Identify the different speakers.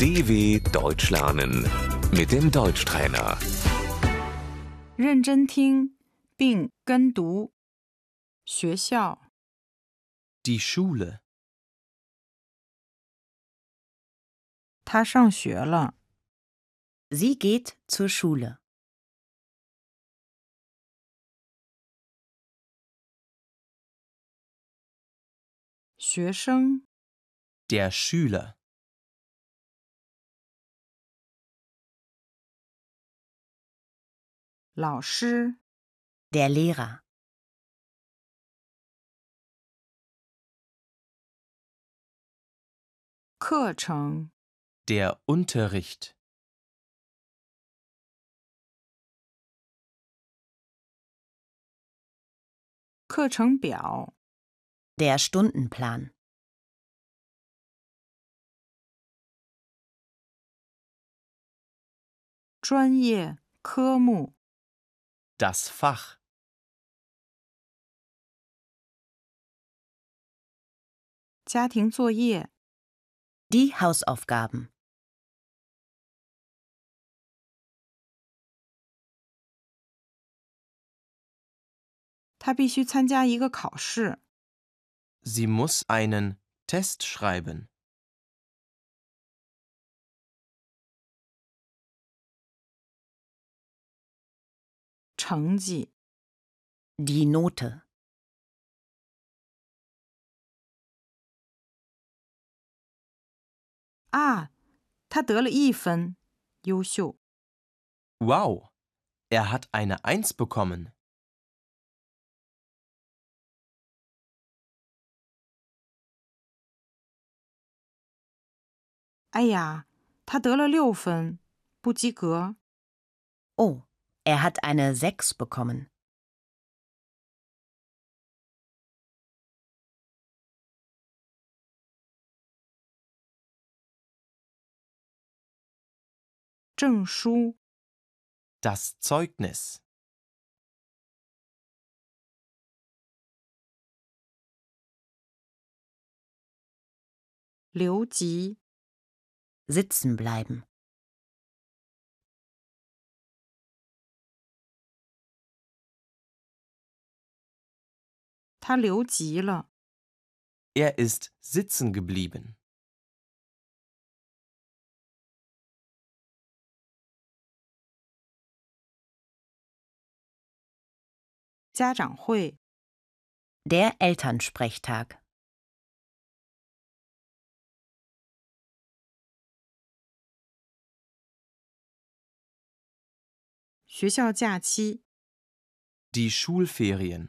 Speaker 1: DW Deutsch lernen mit dem Deutschtrainer.
Speaker 2: 认真听并跟读。学校、
Speaker 3: Die Schule.
Speaker 2: 他上学了。
Speaker 4: Sie geht zur Schule.
Speaker 2: 学生、
Speaker 3: Der Schüler.
Speaker 2: 老师、
Speaker 4: Der Lehrer.
Speaker 2: 课程、
Speaker 3: Der Unterricht.
Speaker 2: 课程表、
Speaker 4: Der Stundenplan.
Speaker 2: 专业科目、
Speaker 3: Das Fach.
Speaker 2: 家庭作业、
Speaker 4: Die Hausaufgaben.
Speaker 2: 他必须参加一个考试。
Speaker 3: Sie muss einen Test schreiben.
Speaker 2: 成绩、
Speaker 4: Die Note.
Speaker 2: 啊，他得了一分，优秀。
Speaker 3: Wow. Er hat eine Eins bekommen.
Speaker 2: 哎呀，他得了六分，不及格。
Speaker 4: Oh, er hat eine 6 bekommen.
Speaker 2: 证书、
Speaker 3: Das Zeugnis.
Speaker 2: 留级、
Speaker 4: Sitzen bleiben.
Speaker 2: 他留级了。
Speaker 3: Er ist sitzen geblieben.
Speaker 2: 家长会、
Speaker 4: Der Elternsprechtag.
Speaker 2: 学校假期。
Speaker 3: Die Schulferien.